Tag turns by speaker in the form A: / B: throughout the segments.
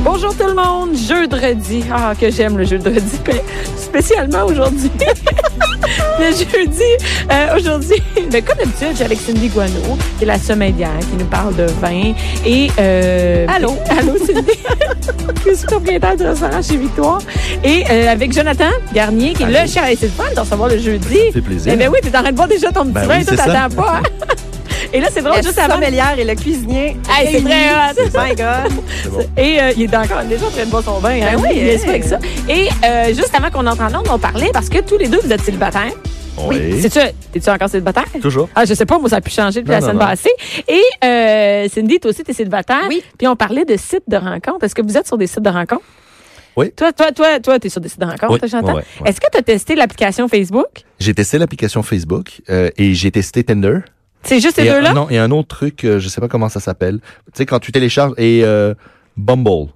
A: Bonjour tout le monde, jeudi. Ah, que j'aime le jeudi, mais spécialement aujourd'hui. le jeudi, euh, aujourd'hui, ben, comme d'habitude, j'ai Alexandre Guano, qui est la sommelière, qui nous parle de vin. Et, euh,
B: Allô?
A: Allô, Cindy. Je suis propriétaire du restaurant chez Victoire. Et euh, avec Jonathan Garnier, qui est le chef. Et C'est le fun de recevoir le jeudi.
C: fait plaisir.
A: Eh ben oui, t'es en train de boire déjà ton petit
C: Ben
A: vin,
C: oui,
A: toi,
C: c'est ça.
A: t'attends pas. hein? Et là, c'est drôle,
B: La
A: juste avant.
B: sommelière et le cuisinier.
A: Hey, c'est
B: réunis.
A: très hot.
B: My God.
C: C'est bon.
A: Et euh, il est encore déjà en train de boire son vin. hein?
B: Ben oui,
A: Il est
B: hey.
A: avec ça. Et euh, juste avant qu'on entre en onde, on parlait parce que tous les deux, vous êtes célibataires.
C: Oui.
A: C'est-tu, t'es-tu encore célibataire?
C: Toujours.
A: Ah, je sais pas, moi, ça a pu changer depuis la
C: Non, non,
A: semaine
C: non.
A: passée. Et euh, Cindy, toi aussi, t'es célibataire.
B: Oui.
A: Puis on parlait de sites de rencontres. Est-ce que vous êtes sur des sites de rencontres?
C: Oui.
A: Toi, toi, toi, toi, t'es sur des sites de rencontres,
C: Oui,
A: toi, j'entends.
C: ouais, ouais.
A: Est-ce que t'as testé l'application Facebook?
C: J'ai testé l'application Facebook euh, et j'ai testé Tinder.
A: C'est juste ces
C: Et, euh,
A: deux-là?
C: non, il y a un autre truc, euh, je sais pas comment ça s'appelle. Tu sais, quand tu télécharges et euh, Bumble.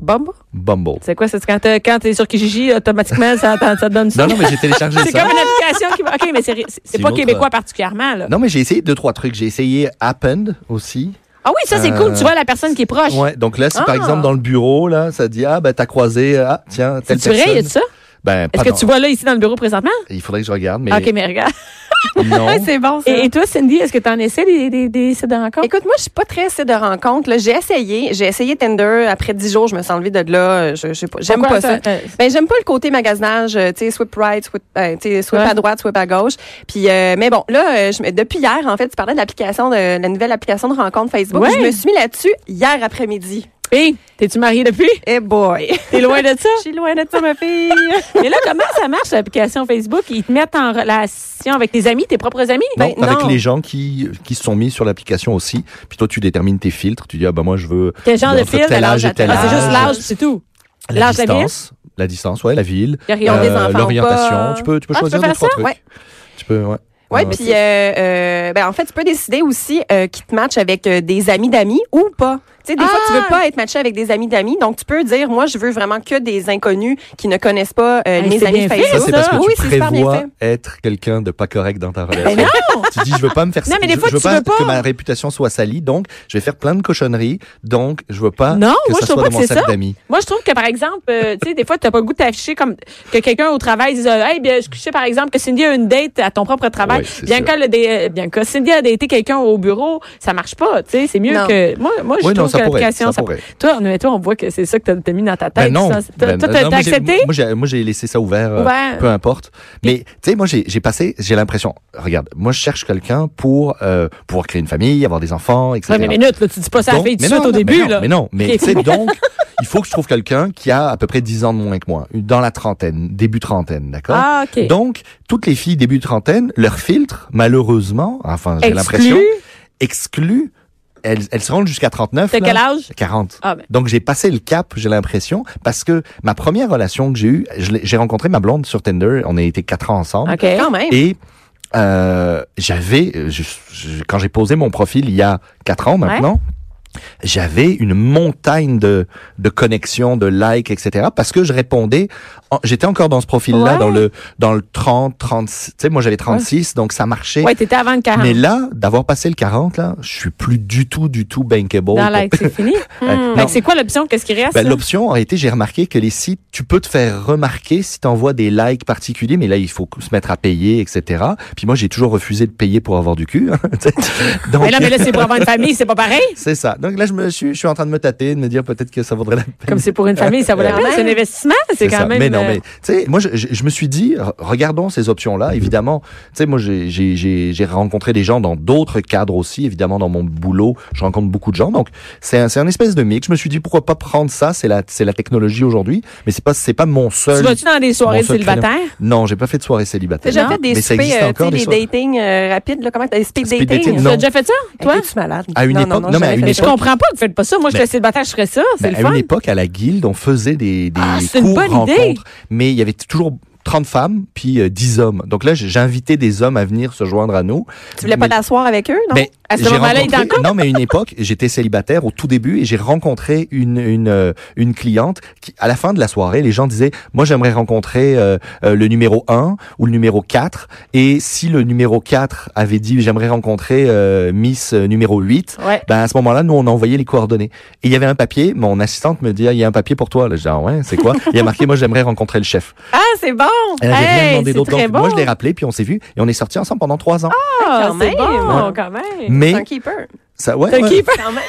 A: Bombe?
C: Bumble.
A: C'est quoi? C'est quand t'es, quand t'es sur Kijiji, automatiquement, ça, t'en- ça te donne ça?
C: Non, non, mais j'ai téléchargé
A: C'est
C: ça.
A: comme une application qui va. OK, mais c'est, c'est,
C: C'est
A: pas
C: une autre-
A: québécois particulièrement, là.
C: Non, mais j'ai essayé deux, trois trucs. J'ai essayé Append aussi.
A: Ah oui, ça, c'est cool.
C: Euh,
A: Tu vois la personne qui est proche.
C: Ouais, donc là, si
A: Ah.
C: par exemple dans le bureau, là, ça dit, ah, ben, t'as croisé, euh, ah, tiens,
A: C'est
C: telle
A: vrai, y a
C: personne.
A: de ça?
C: Ben, pas
A: Est-ce que
C: dans-
A: tu vois là, ici, dans le bureau présentement?
C: Il faudrait que je regarde, mais
A: OK, mais regarde.
C: non.
B: c'est bon, ça.
A: Et, et toi, Cindy, est-ce que t'en essaies des, des, des sites de rencontre?
B: Écoute, moi, je suis pas très site de rencontre. là. J'ai essayé, j'ai essayé Tinder. Après 10 jours, je me suis enlevée de là. Je, je sais pas, j'aime
A: Pourquoi
B: pas ça.
A: Euh,
B: Ben j'aime pas le côté magasinage, euh, tu sais swipe right, swipe, euh, tu sais, swipe
A: Ouais.
B: à droite, swipe à gauche. Puis euh, mais bon, là euh, je me- depuis hier en fait, tu parlais de l'application de la nouvelle application de rencontre Facebook.
A: Ouais.
B: Je me suis mis là-dessus hier après-midi.
A: Hé, Euh, t'es-tu mariée depuis?
B: Eh boy.
A: T'es loin de ça?
B: Je suis loin de ça ma fille.
A: Mais là, comment ça marche, l'application Facebook? Ils te mettent en relation avec tes amis, tes propres amis?
C: Non,
B: Ben,
C: avec
B: non.
C: les gens qui, qui se sont mis sur l'application aussi. Puis toi, tu détermines tes filtres. Tu dis, ah, ben, moi, je veux.
A: Quel genre de
C: entre
A: fil?
C: tel âge et
B: Ah,
C: tel
A: Ah, c'est
C: âge.
A: juste l'âge, c'est tout.
C: La
A: L'âge de la ville?
C: distance. La distance, ouais, la ville. Euh,
A: Y a rien.
B: Ils ont des enfants ou pas.
C: L'orientation. Tu peux, tu peux
A: Ah, tu
C: choisir
A: peux
C: deux,
A: faire
C: trois trucs.
B: Ouais.
C: Tu peux, ouais.
B: Oui,
A: Ah,
C: Ouais, ouais.
B: puis euh, euh, ben, en fait, tu peux décider aussi euh, qui te match avec euh, des amis d'amis ou pas. Tu sais, des fois, tu
A: Ah!
B: veux pas être matché avec des amis d'amis, donc tu peux dire, moi, je veux vraiment que des inconnus qui ne connaissent pas euh,
A: Hey,
B: mes
A: c'est
B: amis
A: bien fait,
B: Facebook.
C: Ça, c'est parce que
B: oui,
C: tu
B: c'est super bien
C: prévois
B: fait.
C: être quelqu'un de pas correct dans ta
A: Mais
C: relation.
A: non!
C: tu dis, je veux pas me faire
A: Non, mais des
C: je-
A: fois,
C: je veux
A: tu veux pas.
C: que ma réputation soit salie, donc je vais faire plein de cochonneries, donc je veux pas
A: Non,
C: ah, que
A: moi, je trouve
C: ça soit
A: pas
C: dans
A: que
C: mon
A: c'est
C: sac
A: ça.
C: d'amis.
A: Moi, je trouve que, par exemple, euh, tu sais, des fois, tu n'as pas le goût de t'afficher comme que quelqu'un au travail dise euh, Hey, bien, je sais, par exemple, que Cindy a une date à ton propre travail.
C: Ouais, c'est
A: bien que euh, Cindy a daté quelqu'un au bureau, ça marche pas. Tu sais, c'est mieux
B: Non.
A: que. Moi, moi je
C: Oui, non,
A: trouve
C: ça
A: que
C: pourrait,
A: l'application,
C: ça
A: ça-
C: pourrait.
A: Toi, on, mais toi, on voit que c'est ça que tu as mis dans ta tête.
C: Ben non.
A: ça. T'as-
C: Ben
A: toi,
C: non,
A: t'as
C: non,
A: t'as
C: moi, j'ai-
A: accepté?
C: Moi, j'ai, moi, j'ai laissé ça ouvert, euh,
A: Ouvert.
C: peu importe. Mais, tu sais, moi, j'ai, j'ai passé, j'ai l'impression, regarde, moi, je cherche quelqu'un pour euh, pouvoir créer une famille, avoir des enfants, etc.
A: Ouais, mais minute, là, tu dis pas ça à la
C: Donc-
A: fille tout
C: mais
A: de suite
C: non,
A: au
C: non,
A: début.
C: mais non,
A: là.
C: Mais non, mais
A: Ok.
C: tu sais, donc, il faut que je trouve quelqu'un qui a à peu près 10 ans de moins que moi, dans la trentaine, début trentaine, d'accord
A: Ah, OK.
C: Donc, toutes les filles début trentaine, leur filtre, malheureusement, enfin, j'ai l'impression,
A: Exclu,
C: exclu, elles, elles se rendent jusqu'à 39.
A: t'as
C: là.
A: quel âge?
C: 40.
A: Ah, ben.
C: Donc j'ai passé le cap, j'ai l'impression, parce que ma première relation que j'ai eue, je l'ai- j'ai rencontré ma blonde sur Tinder, on a été quatre ans ensemble,
A: OK.
B: Quand même.
C: et euh, j'avais, euh, je- je- quand j'ai posé mon profil il y a quatre ans maintenant, j'avais une montagne de, de connexions, de likes, etc. Parce que je répondais, en- j'étais encore dans ce profil-là,
A: Ouais.
C: dans le dans le 30, 36, tu sais, moi j'avais 36, donc ça marchait.
A: Ouais, t'étais avant le 40.
C: Mais là, d'avoir passé le 40, là, je suis plus du tout, du tout bankable.
A: Dans
C: pour-
A: la- c'est fini. Fait
C: Euh, oh, non.
A: que c'est quoi l'option? Qu'est-ce qui reste?
C: Ben,
A: là?
C: L'option a été, j'ai remarqué que les sites, tu peux te faire remarquer si tu envoies des likes particuliers, mais là, il faut se mettre à payer, etc. Puis moi, j'ai toujours refusé de payer pour avoir du cul. hein, tu sais. Donc,
A: Mais là, mais là, c'est pour avoir une famille, c'est pas pareil.
C: c'est ça. Donc là, je, me suis, je suis en train de me tâter, de me dire peut-être que ça vaudrait la peine.
A: Comme c'est pour une famille, ça vaut la
B: Quand
A: peine.
B: même.
A: C'est un investissement, c'est quand
C: ça.
A: même.
C: Mais non,
A: euh,
C: mais tu sais, moi, je, je- je me suis dit, re- regardons ces options-là. Évidemment, tu sais, moi, j'ai- j'ai j'ai- j'ai rencontré des gens dans d'autres cadres aussi. Évidemment, dans mon boulot, je rencontre beaucoup de gens. Donc, c'est un, c'est un espèce de mix. Je me suis dit, pourquoi pas prendre ça C'est la, c'est la technologie aujourd'hui. Mais c'est pas, c'est pas mon
A: Tu
C: seul.
A: vas-tu dans des soirées
C: mon
A: de
C: seul créneau.
A: célibataires?
C: Non, j'ai pas fait de soirée
B: T'as
C: célibataire.
B: déjà
A: Non,
B: fait des
C: mais ça
B: soupers,
C: existe
B: euh, tu
C: encore,
B: sais,
C: des
B: des
C: soirées.
B: datings euh, rapides, là, comment t'as des speed,
C: Speed
B: dating?
C: dating,
A: Tu
C: Non.
A: as déjà fait ça, toi?
B: tu malade?
C: À une
B: non,
C: époque-
B: non,
C: non, mais à
B: jamais
C: une
B: fait
A: Mais je
B: ça.
C: époque-
A: comprends pas que vous faites pas ça. Moi, je
C: Mais-
A: suis célibataire, je ferais ça. C'est
C: Ben,
A: le
C: à
A: fun.
C: une époque, à la guilde, on faisait des, des
A: Ah, c'est une
C: cours
A: bonne idée.
C: rencontres, mais il y avait toujours 30 femmes puis euh, 10 hommes. Donc là, j'ai j'ai invité des hommes à venir se joindre à nous.
B: Tu voulais pas
C: Mais-
B: t'asseoir avec eux, non?
C: Mais
A: À ce
C: Ben, J'ai
A: moment-là, il est en
C: rencontré-
A: couple.
C: Non, mais à une époque, j'étais célibataire au tout début et j'ai rencontré une, une, euh, une cliente qui, à la fin de la soirée, les gens disaient, moi, j'aimerais rencontrer euh, euh, le numéro 1 ou le numéro 4. Et si le numéro 4 avait dit, j'aimerais rencontrer euh, Miss euh, numéro 8,
A: Ouais.
C: ben, à ce moment-là, nous, on envoyait les coordonnées. Et il y avait un papier, mon assistante me dit, Ah, il y a un papier pour toi. Là, je dis, ah ouais, c'est quoi? Il y a marqué, moi, j'aimerais rencontrer le chef.
A: Ah, c'est bon!
C: Elle avait rien demandé d'autre.
A: C'est très
C: Donc, Moi,
A: bon.
C: je l'ai rappelé, puis on s'est vu, et on est sortis ensemble pendant trois ans.
A: Ah,
B: Quand
A: c'est
B: même.
A: bon,
B: Ouais.
A: quand même.
B: C'est
C: mais,
B: un keeper.
C: ça, ouais,
A: T'as
C: ouais,
A: qui
B: Quand même.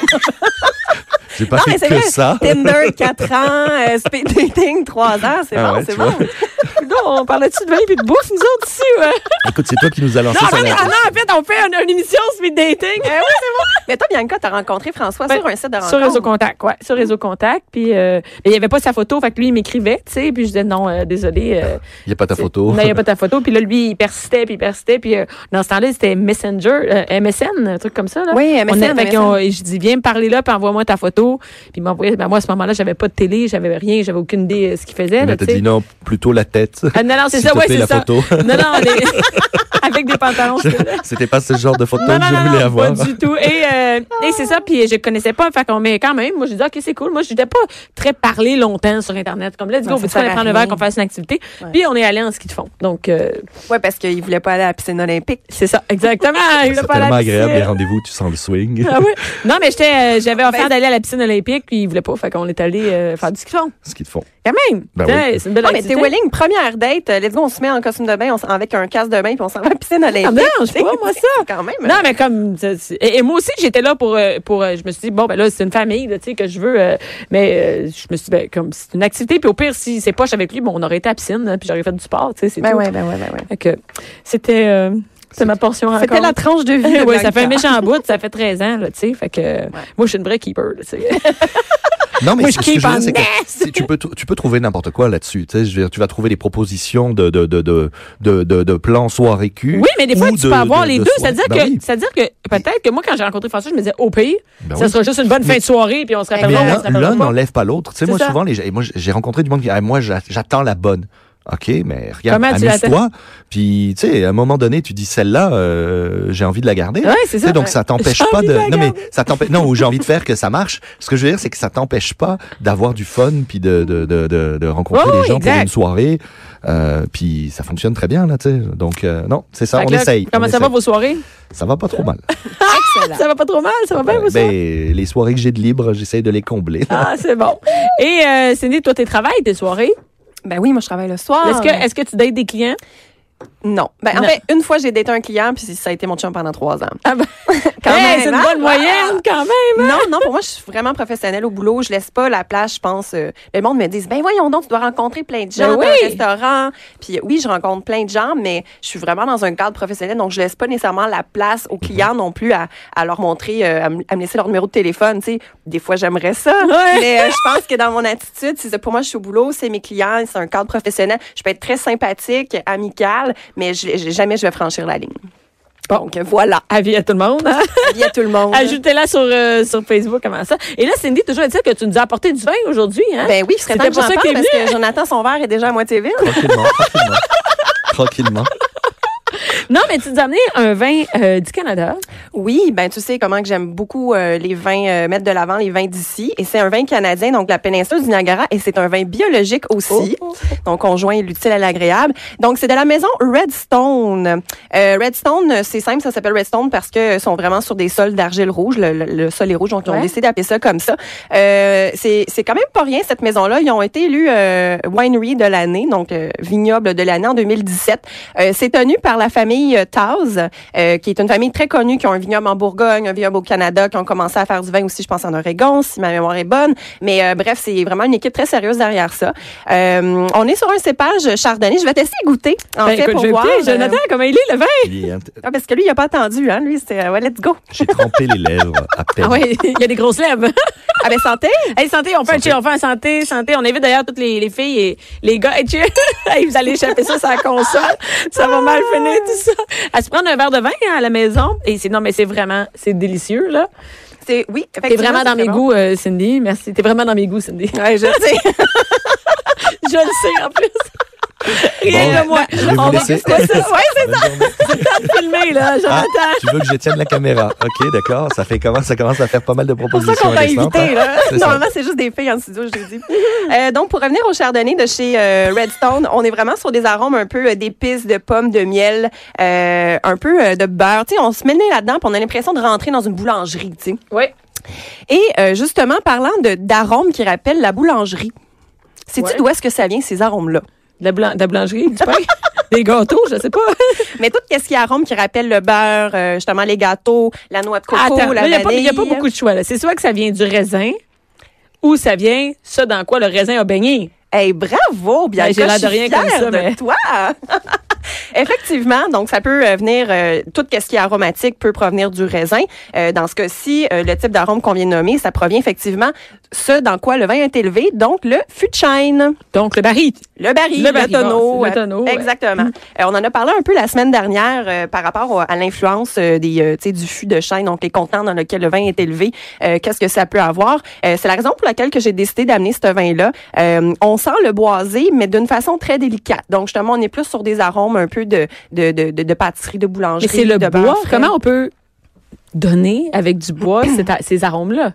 C: j'ai pas
B: Non, mais
C: fait
B: c'est
C: que
B: vrai.
C: ça.
B: Tinder, 4 ans, euh, speed dating, 3 ans, c'est
C: Ah
B: bon,
C: ouais,
B: c'est
C: tu
B: bon.
C: vois.
A: Non, on parlait-tu de vin et de bouffe, nous autres, ici? Ouais.
C: Écoute, c'est toi qui nous as lancé
A: Non,
C: ça.
A: non, mais
C: là.
A: ah, non, en fait, on fait une, une émission sur le dating.
B: Mais toi, Bianca, t'as rencontré François
A: Ouais.
B: sur un site de rencontre.
A: Ben, Sur Réseau Contact, ouais. Sur Réseau Contact. Puis, euh, mais il n'y avait pas sa photo. Fait que lui, il m'écrivait, tu sais. Puis je disais, non, euh, désolé. euh,
C: Il n'y a pas ta
A: c'est-
C: photo.
A: Non, il n'y a pas ta photo. Puis là, lui, il persistait, puis il persistait. Puis euh, dans ce temps-là, c'était Messenger, euh, MSN, un truc comme ça. Là.
B: Oui, MSN,
A: On a- fait
B: MSN.
A: qu'ils ont- et je dis, viens me parler là, puis envoie-moi ta photo. Puis il m'a envoyé. Ben, moi, à ce moment-là, j'avais pas de télé, j'avais rien, j'avais aucune idée de ce qu'il faisait.
C: Mais
A: là,
C: t'as
A: tu sais.
C: dit non, plutôt la tête.
A: Ah, non, non, c'est
C: S'il
A: ça,
C: te
A: ouais,
C: plaît,
A: c'est
C: la
A: ça.
C: photo.
A: Non, non, on est- avec des pantalons.
C: C'était pas ce genre de photo
A: Non,
C: que
A: non,
C: je
A: non,
C: voulais
A: non,
C: avoir.
A: pas du tout. Et, euh, et c'est ça, puis je connaissais pas, fait qu'on mais quand même, moi, je dis, OK, c'est cool. Moi, je n'étais pas très parlé longtemps sur Internet. Comme, let's go,
B: Non,
A: on peut
B: ça sert à
A: prendre le
B: rien.
A: verre, qu'on fasse une activité.
B: Ouais.
A: Puis on est allé en ski de fond. Donc, euh,
B: Ouais, parce qu'il voulait pas aller à la piscine olympique.
A: c'est ça, exactement. Il voulait
C: C'est
A: pas aller à
C: tellement
A: la
C: agréable, les
A: piscine.
C: rendez-vous, tu sens le swing.
A: Ah oui. Non, mais j'étais, euh, j'avais offert
B: Ben-
A: d'aller à la piscine olympique, puis il voulait pas. Fait qu'on est allé euh, faire du ski de fond.
C: Ce qu'ils te font.
A: Quand même.
C: Ben
A: Tiens, C'est une belle
B: Non, mais t'es
A: activité.
B: willing, première date, euh, let's go, on se met en costume de bain, on s- avec un casque de bain, puis on s'en va à la piscine olympique.
A: Ça me dérange pas, Ah, moi, ça.
B: C'est Quand même.
A: Non, mais comme. ça, c'est- Et, et moi aussi, j'étais là pour. euh, pour euh, je me suis dit, bon, ben là, c'est une famille, là, tu sais, que je veux. euh, mais euh, je me suis dit, ben, comme, c'est une activité. Puis au pire, si c'est poche avec lui, bon, on aurait été à la piscine, hein, puis j'aurais fait du sport, tu sais, c'est
B: Ben
A: tout.
B: ouais, ben ouais, ben ouais.
A: Fait que c'était. euh, c'était ma portion encore.
B: C'était la tranche de vie. de
A: Ouais, ça fait un
B: Bianca.
A: méchant bout, ça fait 13 ans, là, tu sais. Fait que. euh, Moi, je suis une vraie keeper, là, tu sais.
C: Non, mais
A: Moi, je
C: c'est- ce que je
A: keep
C: veux
A: on
C: dire, c'est que si tu peux, t- tu peux trouver n'importe quoi là-dessus. Tu sais, je veux dire, tu vas trouver des propositions de, de, de, de, de, de, de plans soirée cul.
A: Oui, mais des fois,
C: ou
A: tu
C: de-
A: peux avoir
C: de-
A: les
C: de
A: deux.
C: soirée-
A: C'est-à-dire
C: Ben
A: que,
C: oui,
A: c'est-à-dire que peut-être que moi, quand j'ai rencontré François, je me disais, au pire,
C: ben
A: ça
C: oui.
A: sera juste une bonne fin de soirée, puis on se
C: Mais
A: rappellera, on se
C: l'un-
A: rappellera.
C: l'un
A: pas.
C: n'enlève pas l'autre. Tu sais,
A: C'est
C: moi,
A: ça.
C: souvent, les gens- et moi, j'ai rencontré du monde qui ah, moi, j'a- j'attends la bonne. OK, mais regarde,
A: Comment tu
C: amuse-toi. Puis, tu sais, à un moment donné, tu dis, celle-là, euh, j'ai envie de la garder.
A: Ouais, c'est
C: Tu
A: ça.
C: sais, donc ça t'empêche
A: J'ai
C: pas
A: envie
C: de
A: de la
C: non mais
A: garder.
C: ça t'empêche non ou j'ai envie de faire que ça marche. Ce que je veux dire c'est que ça t'empêche pas d'avoir du fun puis de de de de, de rencontrer
A: Oh,
C: des gens
A: exact.
C: pour une soirée euh, puis ça fonctionne très bien là tu sais. Donc euh, non, c'est ça,
A: Fait
C: on
A: que là,
C: essaye.
A: Comment
C: on
A: ça va
C: essaye.
A: vos soirées?
C: Ça va pas trop mal.
B: Excellent.
A: Ça va pas trop mal, ça va bien vos soirées?
C: ben, les soirées que j'ai de libre, j'essaye de les combler.
A: Ah, c'est bon. Et euh, Cindy, toi, tes travails, tes soirées.
B: Ben oui, moi, je travaille le soir.
C: Ah.
A: Est-ce que, est-ce que tu dates des clients?
B: Non. Ben, en
A: Non.
B: fait, une fois, j'ai daté un client, puis ça a été mon chum pendant trois ans.
A: Ah ben,
B: Quand
A: hey,
B: même,
A: c'est une
B: hein?
A: bonne moyenne, quand même.
B: Non, non, pour moi, je suis vraiment professionnelle au boulot. Je laisse pas la place, je pense. euh, le monde me dit, ben voyons donc, tu dois rencontrer plein de gens
A: Ben
B: dans
A: oui.
B: un restaurant. Puis oui, je rencontre plein de gens, mais je suis vraiment dans un cadre professionnel, donc je laisse pas nécessairement la place aux clients non plus à, à leur montrer, euh, à, me- à me laisser leur numéro de téléphone. Tu sais, des fois, j'aimerais ça,
A: Ouais.
B: mais euh, je pense que dans mon attitude, c'est ça. pour moi, je suis au boulot, c'est mes clients, c'est un cadre professionnel. Je peux être très sympathique, amicale, mais je- je- jamais je vais franchir la ligne. Donc voilà,
C: Ah.
A: Avis à tout le monde. hein?
B: avis à tout le monde.
A: Ajoutez-la sur, euh, sur Facebook, comment ça. Et là, Cindy, toujours dire que tu nous as apporté du vin aujourd'hui. Hein?
B: Ben oui, je serais
A: C'était
B: temps que
A: pour
B: j'en
A: ça
B: parle
A: qu'il est
B: parce que Euh, Jonathan, son verre est déjà à moitié vide.
C: tranquillement, tranquillement. tranquillement. Ben.
A: Non, mais tu nous as amené un vin euh, du Canada.
B: Oui, ben tu sais comment que j'aime beaucoup euh, les vins, euh, mettre de l'avant les vins d'ici. Et c'est un vin canadien, donc la péninsule du Niagara, et c'est un vin biologique aussi.
A: Oh.
B: Donc on joint l'utile à l'agréable. Donc c'est de la maison Redstone. Euh, Redstone, euh, c'est simple, ça s'appelle Redstone parce que euh, sont vraiment sur des sols d'argile rouge. Le, le- le sol est rouge, donc ils ont
A: Ouais.
B: décidé d'appeler ça comme ça. Euh, c'est c'est quand même pas rien cette maison-là. Ils ont été élus euh, winery de l'année, donc euh, vignoble de l'année en 2017. Euh, c'est tenu par la famille euh, Taus, euh, qui est une famille très connue, qui ont un vignoble en Bourgogne, un vignoble au Canada, qui ont commencé à faire du vin aussi, je pense, en Oregon, si ma mémoire est bonne. Mais euh, bref, c'est vraiment une équipe très sérieuse derrière ça. Euh, on est sur un cépage chardonnay. Je vais tester de goûter, en
A: Ben,
B: fait,
A: écoute,
B: pour
A: je vais
B: voir.
A: écouter,
B: euh,
A: Jonathan, comment il est, le vin?
C: Il est int-
B: ah, parce que lui, il a pas attendu, hein. Lui, c'était, euh, ouais, let's go.
C: J'ai trempé les lèvres à peine.
A: Ah oui, il y a des grosses lèvres.
B: Ah, ben, santé!
A: Hey, santé, on fait un
C: Santé.
A: cheer, on fait un santé, santé. On invite d'ailleurs toutes les, les filles et les gars. Hey, cheer. Hey, vous allez échapper ça sur la console. Ça va mal finir, tout ça. À se prendre un verre de vin hein, à la maison. Et c'est, non, mais c'est vraiment, c'est délicieux, là.
B: C'est, oui,
A: T'es
B: effectivement,
A: vraiment
B: c'est
A: dans mes
B: bon.
A: goûts, euh, Cindy. Merci. T'es vraiment dans mes goûts, Cindy.
B: Ouais, je sais.
A: Je le sais, en plus. Rien
C: Bon,
A: de moi.
C: je vais vous
A: On va
C: laisser.
A: c'est ça, ouais,
C: Bonne journée.
A: c'est filmé, là,
C: Ah,
A: Jonathan.
C: tu veux que je tienne la caméra. OK, d'accord. Ça, fait comment, ça commence à faire pas mal de
B: C'est
C: propositions.
B: pour ça qu'on t'a
C: récentes,
B: invité.
C: hein.
B: Là.
C: C'est ça.
B: Normalement, c'est juste des filles en studio, je l'ai dit. Euh, donc, pour revenir au chardonnay de chez euh, Redstone, on est vraiment sur des arômes un peu euh, d'épices, de pommes, de miel, euh, un peu euh, de beurre. Tu sais, on se met le nez là-dedans, puis on a l'impression de rentrer dans une boulangerie. tu sais.
A: Oui.
B: Et euh, justement, parlant de d'arômes qui rappellent la boulangerie, sais-tu
A: Ouais.
B: d'où est-ce que ça vient, ces arômes-là?
A: De la, blan- de la boulangerie, du pain. Des gâteaux, je sais pas.
B: Mais tout ce qui est arôme qui rappelle le beurre, euh, justement les gâteaux, la noix de coco,
A: Attends, là,
B: la
A: il n'y a, pas-
B: vanille.
A: y a pas beaucoup de choix. là. C'est soit que ça vient du raisin ou ça vient ce dans quoi le raisin a baigné.
B: Hey, bravo, bien
A: Ben, j'ai l'air de rien comme ça, mais-
B: toi. Effectivement, donc ça peut euh, venir euh, tout ce qui est aromatique peut provenir du raisin. Euh, dans ce cas-ci, euh, le type d'arôme qu'on vient de nommer, ça provient effectivement ce dans quoi le vin est élevé, donc le fût de chêne.
A: Donc, le baril.
B: Le baril,
A: Le
B: le,
A: baril,
B: tonneau.
A: bon, c'est le
B: euh,
A: tonneau, ouais. Mm.
B: Exactement. Euh, on en a parlé un peu la semaine dernière euh, par rapport au- à l'influence euh, des, euh, tu sais, du fût de chêne, donc les contenants dans lesquels le vin est élevé, euh, qu'est-ce que ça peut avoir. Euh, c'est la raison pour laquelle que j'ai décidé d'amener ce vin-là. Euh, on sent le boisé, mais d'une façon très délicate. Donc, justement, on est plus sur des arômes un peu de, de, de, de, de pâtisserie, de boulangerie.
A: Mais c'est le
B: de hein. beurre
A: bois.
B: frais.
A: Comment on peut donner avec du bois cet a- ces arômes-là?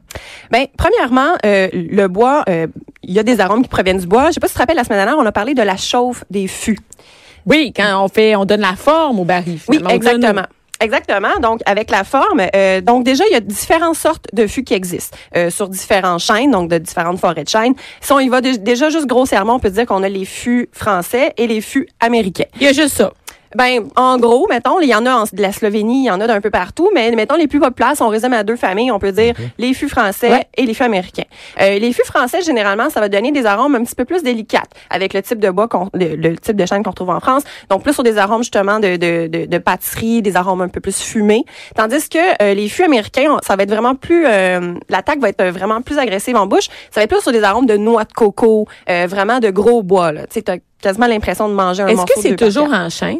B: Ben, premièrement, euh, le bois, euh, il y a des arômes qui proviennent du bois. Je sais pas si tu te rappelles, la semaine dernière, on a parlé de la chauffe des fûts.
A: Oui, quand on fait, on donne la forme au baril.
B: Oui,
A: finalement. On donne-
B: exactement. Exactement. Donc, avec la forme, euh, donc déjà, il y a différentes sortes de fûts qui existent euh, sur différentes chaînes, donc de différentes forêts de chaînes. Si on y va dé- déjà juste grossièrement, on peut dire qu'on a les fûts français et les fûts américains.
A: Il y a juste ça.
B: Ben, en gros, mettons, il y en a en- de la Slovénie, il y en a d'un peu partout, mais mettons les plus populaires, si on résume à deux familles, on peut dire les fûts français
A: Ouais.
B: et les fûts américains. Euh, les fûts français, généralement, ça va donner des arômes un petit peu plus délicates avec le type de bois, qu'on- le, le type de chêne qu'on trouve en France. Donc, plus sur des arômes, justement, de, de, de, de pâtisserie, des arômes un peu plus fumés. Tandis que euh, les fûts américains, on- ça va être vraiment plus, euh, l'attaque va être vraiment plus agressive en bouche. Ça va être plus sur des arômes de noix de coco, euh, vraiment de gros bois, là. Tu sais, t'as quasiment l'impression de manger un
A: Est-ce
B: morceau
A: que c'est
B: de deux par
A: toujours en chaîne?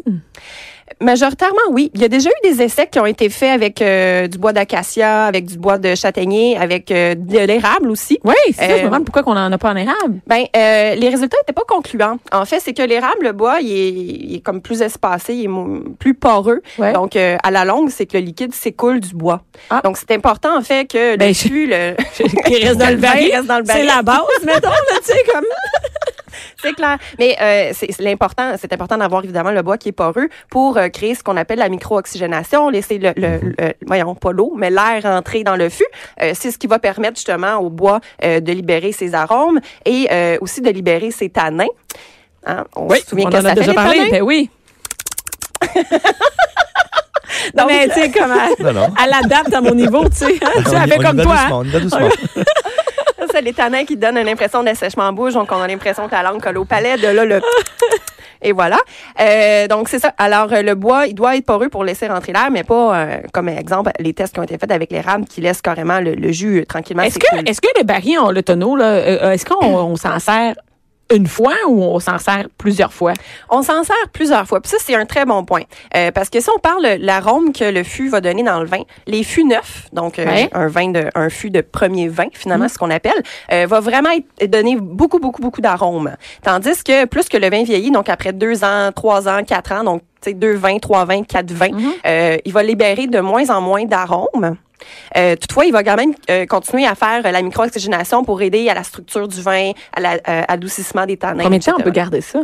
B: Majoritairement, oui. Il y a déjà eu des essais qui ont été faits avec euh, du bois d'acacia, avec du bois de châtaignier, avec euh, de l'érable aussi.
A: Oui, c'est ça. Je me
B: Euh,
A: demande pourquoi on n'en a pas en érable.
B: Ben, euh, les résultats n'étaient pas concluants. En fait, c'est que l'érable, le bois, il est, il est comme plus espacé, il est mo- plus poreux.
A: Ouais.
B: Donc, euh, à la longue, c'est que le liquide s'écoule du bois.
A: Ah.
B: Donc, c'est important, en fait, que
A: Ben,
B: le
A: je-
B: fût, le...
A: Qui reste dans le baril.
B: Il reste dans le
A: C'est
B: baril.
A: la base, mettons, là, tu sais, comme.
B: C'est clair. Mais euh, c'est c'est l'important, c'est important d'avoir évidemment le bois qui est poreux pour euh, créer ce qu'on appelle la micro-oxygénation, laisser le, le,
A: Mm-hmm.
B: le- voyons pas l'eau, mais l'air entrer dans le fût. Euh, c'est ce qui va permettre justement au bois euh, de libérer ses arômes et euh, aussi de libérer ses tanins. Hein, on se souvient
A: on
B: que
A: en
B: ça
A: a
B: fait
A: déjà
B: les
A: parlé.
B: tanins.
A: Ben oui. Non,
B: Donc,
A: mais tu sais, comme à,
C: Non, non.
A: à la date à mon niveau, tu sais. hein, tu
C: On y-
A: avais
C: on y
A: comme
C: va
A: toi.
C: doucement,
A: hein.
C: on y va doucement.
B: C'est les tanins qui donnent une impression d'assèchement en bouche, donc on a l'impression que la langue colle au palais, de là le... Et voilà. Euh, donc c'est ça. Alors euh, le bois, il doit être poreux pour laisser rentrer l'air, mais pas euh, comme exemple les tests qui ont été faits avec les rames qui laissent carrément le, le jus euh, tranquillement.
A: Est-ce
B: s'écouler.
A: que, est-ce que le baril, on- le tonneau, là, euh, euh, est-ce qu'on on s'en sert une fois ou on s'en sert plusieurs fois?
B: On s'en sert plusieurs fois. Puis ça, c'est un très bon point. Euh, parce que si on parle de l'arôme que le fût va donner dans le vin, les fûts neufs, donc euh,
A: Ouais. Mm-hmm.
B: un vin de, un fût de premier vin, finalement, ce qu'on appelle, euh, va vraiment être, donner beaucoup, beaucoup, beaucoup d'arômes. Tandis que plus que le vin vieillit, donc après deux ans, trois ans, quatre ans, donc tu sais, deux vins, trois vins, quatre vins,
A: Mm-hmm.
B: euh, il va libérer de moins en moins d'arômes. Euh, toutefois, il va quand même euh, continuer à faire euh, la micro-oxygénation pour aider à la structure du vin, à l'adoucissement des tanins.
A: Combien de temps on
B: etc.
A: peut garder ça?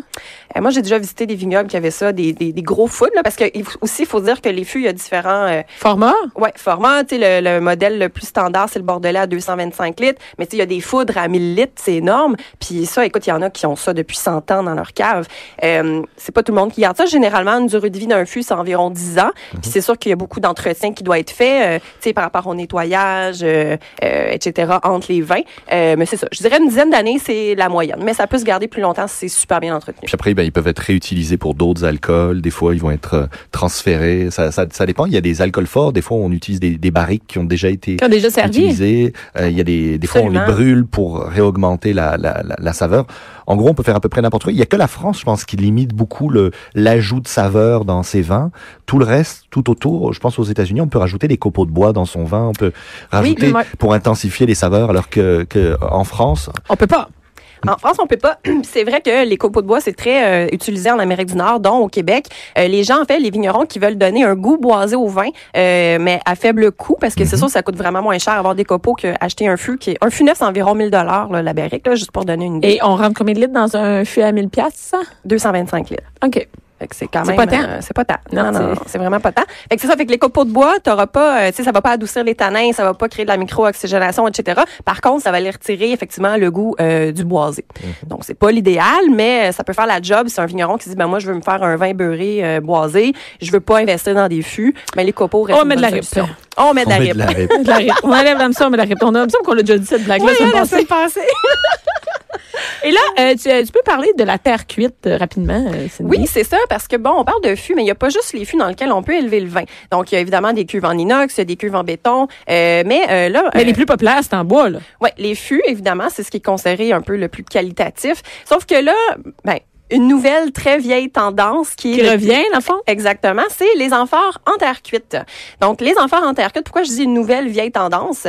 B: Euh, moi, j'ai déjà visité des vignobles qui avaient ça, des, des, des gros fûts, là, parce que il f- aussi, il faut dire que les fûts, il y a différents euh,
A: Format?
B: ouais, formats. Tu sais, le, le modèle le plus standard, c'est le bordelais à 225 litres, mais tu sais, il y a des foudres à 1000 litres, c'est énorme. Puis ça, écoute, il y en a qui ont ça depuis 100 ans dans leur cave. Euh, c'est pas tout le monde qui garde ça. Généralement, une durée de vie d'un fût, c'est environ 10 ans. Puis c'est sûr qu'il y a beaucoup d'entretien qui doit être fait, euh, tu sais, par rapport au nettoyage, euh, euh, etc., entre les vins. Euh, mais c'est ça. Je dirais une dizaine d'années, c'est la moyenne. Mais ça peut se garder plus longtemps si c'est super bien entretenu.
C: Puis après, ben, ils peuvent être réutilisés pour d'autres alcools. Des fois, ils vont être euh, transférés. Ça, ça, ça dépend. Il y a des alcools forts. Des fois, on utilise des, des barriques qui ont déjà été
A: Qui ont déjà servi?
C: utilisées. Euh, il y a des, des fois, on les
B: Absolument.
C: brûle pour réaugmenter la, la, la, la saveur. En gros, on peut faire à peu près n'importe quoi. Il y a que la France, je pense, qui limite beaucoup le l'ajout de saveur dans ses vins. Tout le reste, tout autour, je pense aux États-Unis, on peut rajouter des copeaux de bois dans son vin. On peut rajouter
A: ouais.
C: pour intensifier les saveurs, alors que, que en France,
A: On peut pas.
B: En France, on peut pas. Puis C'est vrai que les copeaux de bois, c'est très euh, utilisé en Amérique du Nord, dont au Québec. Euh, les gens, en fait, les vignerons qui veulent donner un goût boisé au vin, euh, mais à faible coût, parce que c'est sûr, ça coûte vraiment moins cher avoir des copeaux qu'acheter un fût qui est un fût neuf, c'est environ 1000 dollars la barrique, là, juste pour donner une idée.
A: Et on rentre combien de litres dans un fût à 1000 piastres, ça?
B: 225 litres.
A: OK.
B: Fait que c'est quand
A: C'est pas
B: même.
A: tant.
B: euh, c'est pas tant. Non,
A: Non,
B: non, non, c'est vraiment pas tant. Fait que c'est ça. Fait que les copeaux de bois, t'auras pas, euh, tu sais, ça va pas adoucir les tanins, ça va pas créer de la micro-oxygénation, etc. Par contre, ça va aller retirer effectivement le goût euh, du boisé.
A: Mm-hmm.
B: Donc c'est pas l'idéal, mais euh, ça peut faire la job. C'est un vigneron qui dit, ben moi, je veux me faire un vin beurré euh, boisé, je veux pas investir dans des fûts, mais les copeaux restent.
A: On
B: une
A: met de
B: bonne
A: la rip.
B: solution. On met de la
C: On met de
B: rip.
C: la rip.
A: De la rip. On enlève l'âme on met la rip. On a l'impression qu'on a déjà dit cette blague-là
B: Oui,
A: semaine
B: hein, la
A: passée.
B: semaine passée.
A: Et là, euh, tu, euh, tu peux parler de la terre cuite euh, rapidement, euh, Cindy?
B: Oui, c'est ça, parce que bon, on parle de fûts, mais il n'y a pas juste les fûts dans lesquels on peut élever le vin. Donc, il y a évidemment des cuves en inox, il y a des cuves en béton, euh, mais euh, là...
A: Mais
B: euh,
A: les plus populaires, c'est en bois, là.
B: Ouais, les fûts, évidemment, c'est ce qui est considéré un peu le plus qualitatif. Sauf que là, ben, une nouvelle très vieille tendance qui, est
A: Qui
B: le-
A: revient, dans le fond?
B: Exactement, c'est les amphores en terre cuite. Donc, les amphores en terre cuite, pourquoi je dis une nouvelle vieille tendance?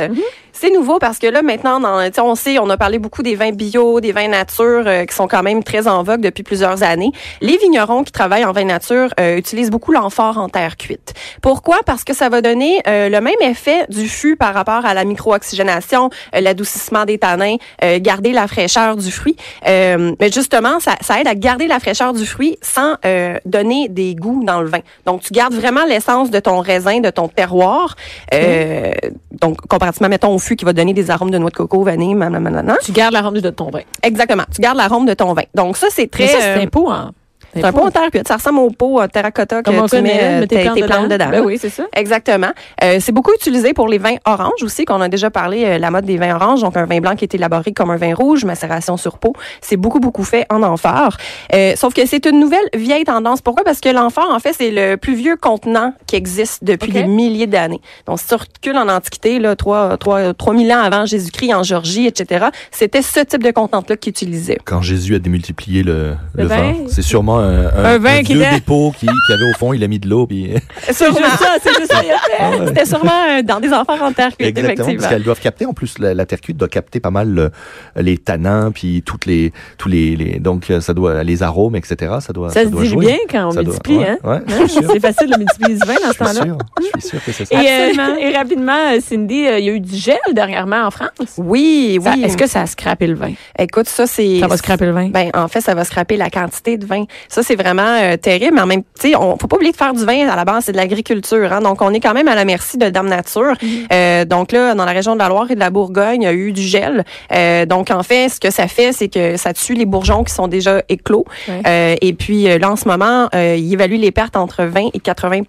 B: C'est nouveau parce que là, maintenant, dans- tu sais, on sait, on a parlé beaucoup des vins bio, des vins nature euh, qui sont quand même très en vogue depuis plusieurs années. Les vignerons qui travaillent en vin nature euh, utilisent beaucoup l'amphore en terre cuite. Pourquoi? Parce que ça va donner euh, le même effet du fût par rapport à la micro-oxygénation, euh, l'adoucissement des tanins, euh, garder la fraîcheur du fruit. Euh, mais justement, ça, ça aide à garder la fraîcheur du fruit sans euh, donner des goûts dans le vin. Donc, tu gardes vraiment l'essence de ton raisin, de ton terroir. Euh, Donc, comparativement, mettons, au fût qui va donner des arômes de noix de coco, vanille, blablabla.
A: Tu gardes la rame de ton vin.
B: Exactement. Tu gardes l'arôme de ton vin. Donc, ça, c'est
A: Mais
B: très...
A: ça, c'est hein.
B: euh,
A: un pot en.
B: c'est un pot en terre cuite. Ça ressemble au pot en terracotta que
A: Comme on
B: tu
A: connaît,
B: mets, euh,
A: mets tes plantes dedans. Ben oui, c'est ça.
B: Exactement. Euh, c'est beaucoup utilisé pour les vins oranges aussi, qu'on a déjà parlé, euh, la mode des vins oranges, donc un vin blanc qui est élaboré comme un vin rouge, macération sur peau. C'est beaucoup, beaucoup fait en amphore. Euh, sauf que c'est une nouvelle vieille tendance. Pourquoi? Parce que l'amphore, en fait, c'est le plus vieux contenant qui existe depuis
A: Ok.
B: des milliers d'années. Donc, si tu recules en Antiquité, là, 3, 3, 3000 ans avant Jésus-Christ, en Georgie, etc., c'était ce type de contenant-là qu'ils utilisaient.
C: Quand Jésus a démultiplié le,
A: Le
C: le vin,
A: vin.
C: c'est sûrement un, un,
A: Un vin qui
C: vieux
A: était-
C: dépôt qui, qui avait au fond, il a mis de l'eau. Puis...
A: C'est juste ça, c'est juste ça.
C: Ah ouais.
B: C'était sûrement euh, dans des amphores en terre cuite,
C: Exactement, parce
B: effectivement.
C: qu'elles doivent capter, en plus, la, la terre cuite doit capter pas mal le- les tanins, puis toutes les, tous les, les- donc euh, ça doit, les arômes, etc. Ça doit,
A: Ça se
C: doit
A: dit
C: jouer.
A: bien quand on
C: Ça doit-
A: multiplie,
C: ouais,
A: hein?
C: ouais, je suis sûr,
A: C'est facile de multiplier du vin dans ce
C: je suis
A: temps-là.
C: sûr, je suis sûr que c'est ça.
A: Et, euh,
B: Absolument.
A: et rapidement, euh, Cindy, euh, il y a eu du gel dernièrement en France.
B: Oui,
A: Ça-
B: oui.
A: Est-ce que ça a scrappé le vin?
B: Écoute, ça, c'est...
A: Ça va scraper le vin?
B: Ben, en fait, ça va scraper la quantité de vin. Ça, c'est vraiment euh, terrible. Mais en même temps, on faut pas oublier de faire du vin. À la base, c'est de l'agriculture. Hein, donc, on est quand même à la merci de Dame Nature.
A: Mhm.
B: Euh, donc là, dans la région de la Loire et de la Bourgogne, il y a eu du gel. Euh, donc, en fait, ce que ça fait, c'est que ça tue les bourgeons qui sont déjà éclos.
A: Ouais.
B: Euh, et puis, euh, là, en ce moment, euh, il évalue les pertes entre 20 et 80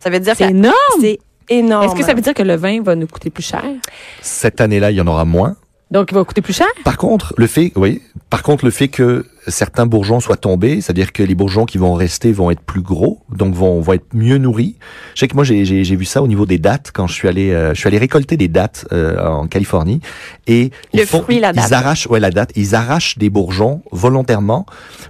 B: Ça veut dire que
A: c'est énorme.
B: c'est énorme.
A: Est-ce que ça veut dire que le vin va nous coûter plus cher?
C: Cette année-là, il y en aura moins.
A: Donc, il va coûter plus cher?
C: Par contre, le fait, oui, par contre, le fait que certains bourgeons soient tombés, c'est-à-dire que les bourgeons qui vont rester vont être plus gros, donc vont, vont être mieux nourris. Je sais que moi, j'ai, j'ai, j'ai vu ça au niveau des dates quand je suis allé, euh, je suis allé récolter des dates euh, en Californie et
B: Le
C: ils font,
B: fruit, la
C: ils-
B: date.
C: ils arrachent, ouais, la date, ils arrachent des bourgeons volontairement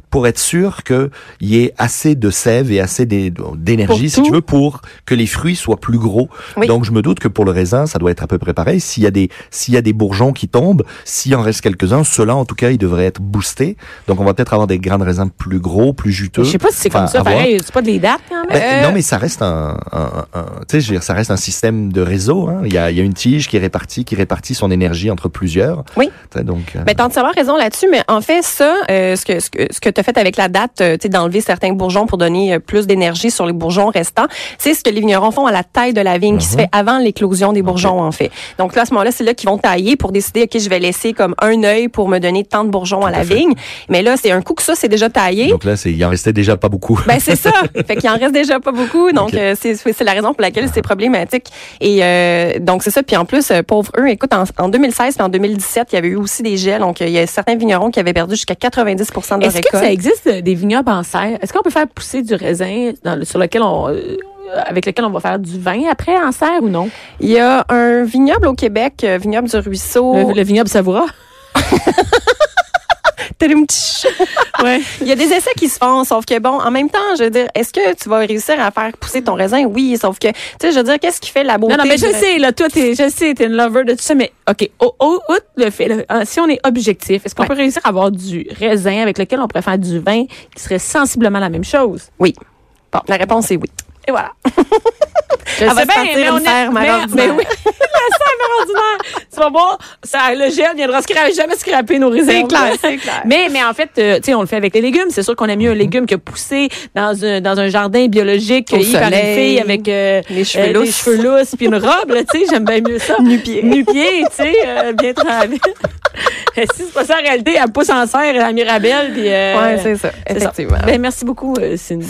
C: pour être sûr que y ait assez de sève et assez d'é- d'énergie,
A: Pour tout.
C: si tu veux, pour que les fruits soient plus gros.
B: Oui.
C: Donc, je me doute que pour le raisin, ça doit être à peu près pareil. S'il y a des, s'il y a des bourgeons qui tombent, s'il en reste quelques-uns, ceux-là, en tout cas, ils devraient être boostés. Donc, on va peut-être avoir des grains de raisin plus gros, plus juteux.
A: Je sais pas si c'est comme
C: Enfin,
A: ça,
C: à voir.
A: pareil. C'est pas des dates, quand même?
C: Ben,
B: Euh,
C: Non, mais ça reste un, un- un- tu sais, je veux dire, ça reste un système de réseau. hein. Il y a, il y a une tige qui répartit, qui répartit son énergie entre plusieurs.
B: Oui.
C: Tu sais, Donc, euh,
A: Ben,
B: Mais Ben, t'as entièrement raison là-dessus, mais en fait, ça, euh, ce que, ce que, ce que t'as fait avec la date, euh, tu sais, d'enlever certains bourgeons pour donner euh, plus d'énergie sur les bourgeons restants, c'est ce que les vignerons font à la taille de la vigne qui se fait avant l'éclosion des bourgeons, en fait. Donc là, à ce moment-là, c'est là qu'ils vont tailler pour décider, OK, je vais laisser comme un œil pour me donner tant de bourgeons à la
C: fait.
B: vigne. Mais là, c'est un coup que ça, c'est déjà taillé.
C: donc là, c'est, il en restait déjà pas beaucoup.
B: Ben c'est ça. fait qu'il en reste déjà pas beaucoup. Donc
C: Ok.
B: euh, c'est c'est la raison pour laquelle c'est problématique. Et euh, donc c'est ça. Puis en plus, euh, pauvre eux, écoute, en, en 2016 puis en 2017, il y avait eu aussi des gels. Donc euh, il y a certains vignerons qui avaient perdu jusqu'à 90 de leur
A: Est-ce
B: récolte.
A: que ça existe euh, des vignobles en serre? Est-ce qu'on peut faire pousser du raisin dans le- sur lequel on, euh, avec lequel on va faire du vin après en serre ou non?
B: Il y a un vignoble au Québec, euh, vignoble du Ruisseau.
A: Le, le vignoble savoura?
B: Tadam, tch.
A: Ouais.
B: Il y a des essais qui se font, sauf que bon, en même temps, je veux dire, est-ce que tu vas réussir à faire pousser ton raisin? Oui, sauf que, tu sais, je veux dire, qu'est-ce qui fait la beauté?
A: Non, non, mais je
B: du-
A: sais, là, toi, t'es, je sais, t'es une lover de tout ça, mais OK, au, au- outre le fait, là, hein, si on est objectif, est-ce qu'on
B: Ouais.
A: peut réussir à avoir du raisin avec lequel on pourrait faire du vin qui serait sensiblement la même chose?
B: Oui. Bon, la réponse est oui.
A: Et voilà.
B: Je
A: Ah, ben,
B: sais bien,
A: mais on
B: une
A: est-
B: serre, ma
A: mais-
B: ordinaire.
A: mais oui. Ordinaire. tu vas voir, ça, le gel viendra scra- jamais scraper nos raisins.
B: C'est clair, c'est clair.
A: Mais, mais en fait, euh, tu sais, on le fait avec les légumes. C'est sûr qu'on aime mieux un légume que pousser dans un, dans un jardin biologique
B: Au
A: cueilli par une
B: soleil,
A: fille avec euh,
B: les cheveux
A: euh,
B: lousses.
A: les cheveux lousses puis une robe, là, tu sais. J'aime bien mieux ça.
B: Nu-pieds.
A: Nu-pieds, tu sais, euh, bien travaillé. si c'est pas ça en réalité, elle pousse en serre à la Mirabelle puis. euh,
B: Ouais, c'est ça,
A: c'est ça.
B: effectivement.
A: Ben, merci beaucoup, euh, Cindy.